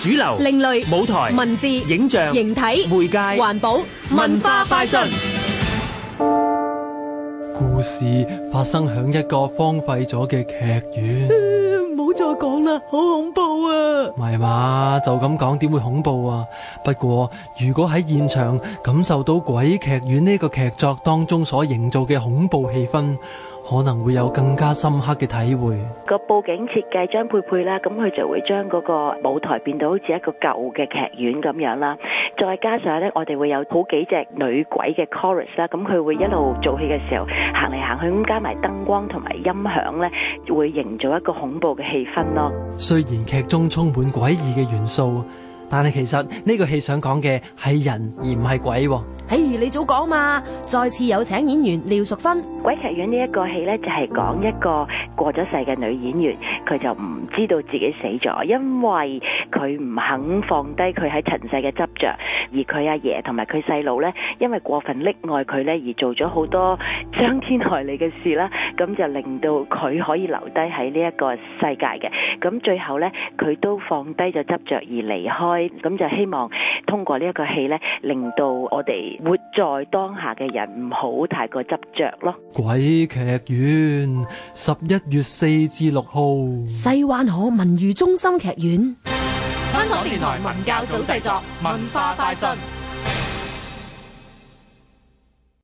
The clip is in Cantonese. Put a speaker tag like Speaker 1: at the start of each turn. Speaker 1: 主流、
Speaker 2: 另類
Speaker 1: 舞台、
Speaker 2: 文字、
Speaker 1: 影像、
Speaker 2: 形體、
Speaker 1: 媒介、
Speaker 2: 環保、文化快訊。
Speaker 3: 故事發生響一個荒廢咗嘅劇院，
Speaker 4: 唔好再講啦，好恐怖啊！
Speaker 3: 唔係嘛？就咁講點會恐怖啊？不過如果喺現場感受到鬼劇院呢個劇作當中所營造嘅恐怖氣氛，可能會有更加深刻嘅體會。
Speaker 5: 個佈景設計張佩佩啦，咁佢就會將嗰個舞台變到好似一個舊嘅劇院咁樣啦。再加上呢，我哋會有好幾隻女鬼嘅 chorus 啦，咁佢會一路做戲嘅時候行嚟行去，咁加埋燈光同埋音響呢，會營造一個恐怖嘅氣氛咯。
Speaker 3: 雖然劇中充滿詭異嘅元素，但係其實呢個戲想講嘅係人而唔係鬼喎。
Speaker 2: 嘿，你早講嘛！再次有請演員廖淑芬。
Speaker 5: 鬼劇院呢一個戲呢，就係講一個過咗世嘅女演員，佢就唔知道自己死咗，因為佢唔肯放低佢喺塵世嘅執着。而佢阿爺同埋佢細佬呢，因為過分溺愛佢呢，而做咗好多傷天害理嘅事啦，咁就令到佢可以留低喺呢一個世界嘅。咁最後呢，佢都放低咗執着而離開，咁就希望通過呢一個戲呢，令到我哋活在當下嘅人唔好太過執着咯。
Speaker 3: 鬼劇院十一月四至六號。
Speaker 2: 西灣河文娛中心劇院。
Speaker 1: 香港電台文教組製作，文化快訊。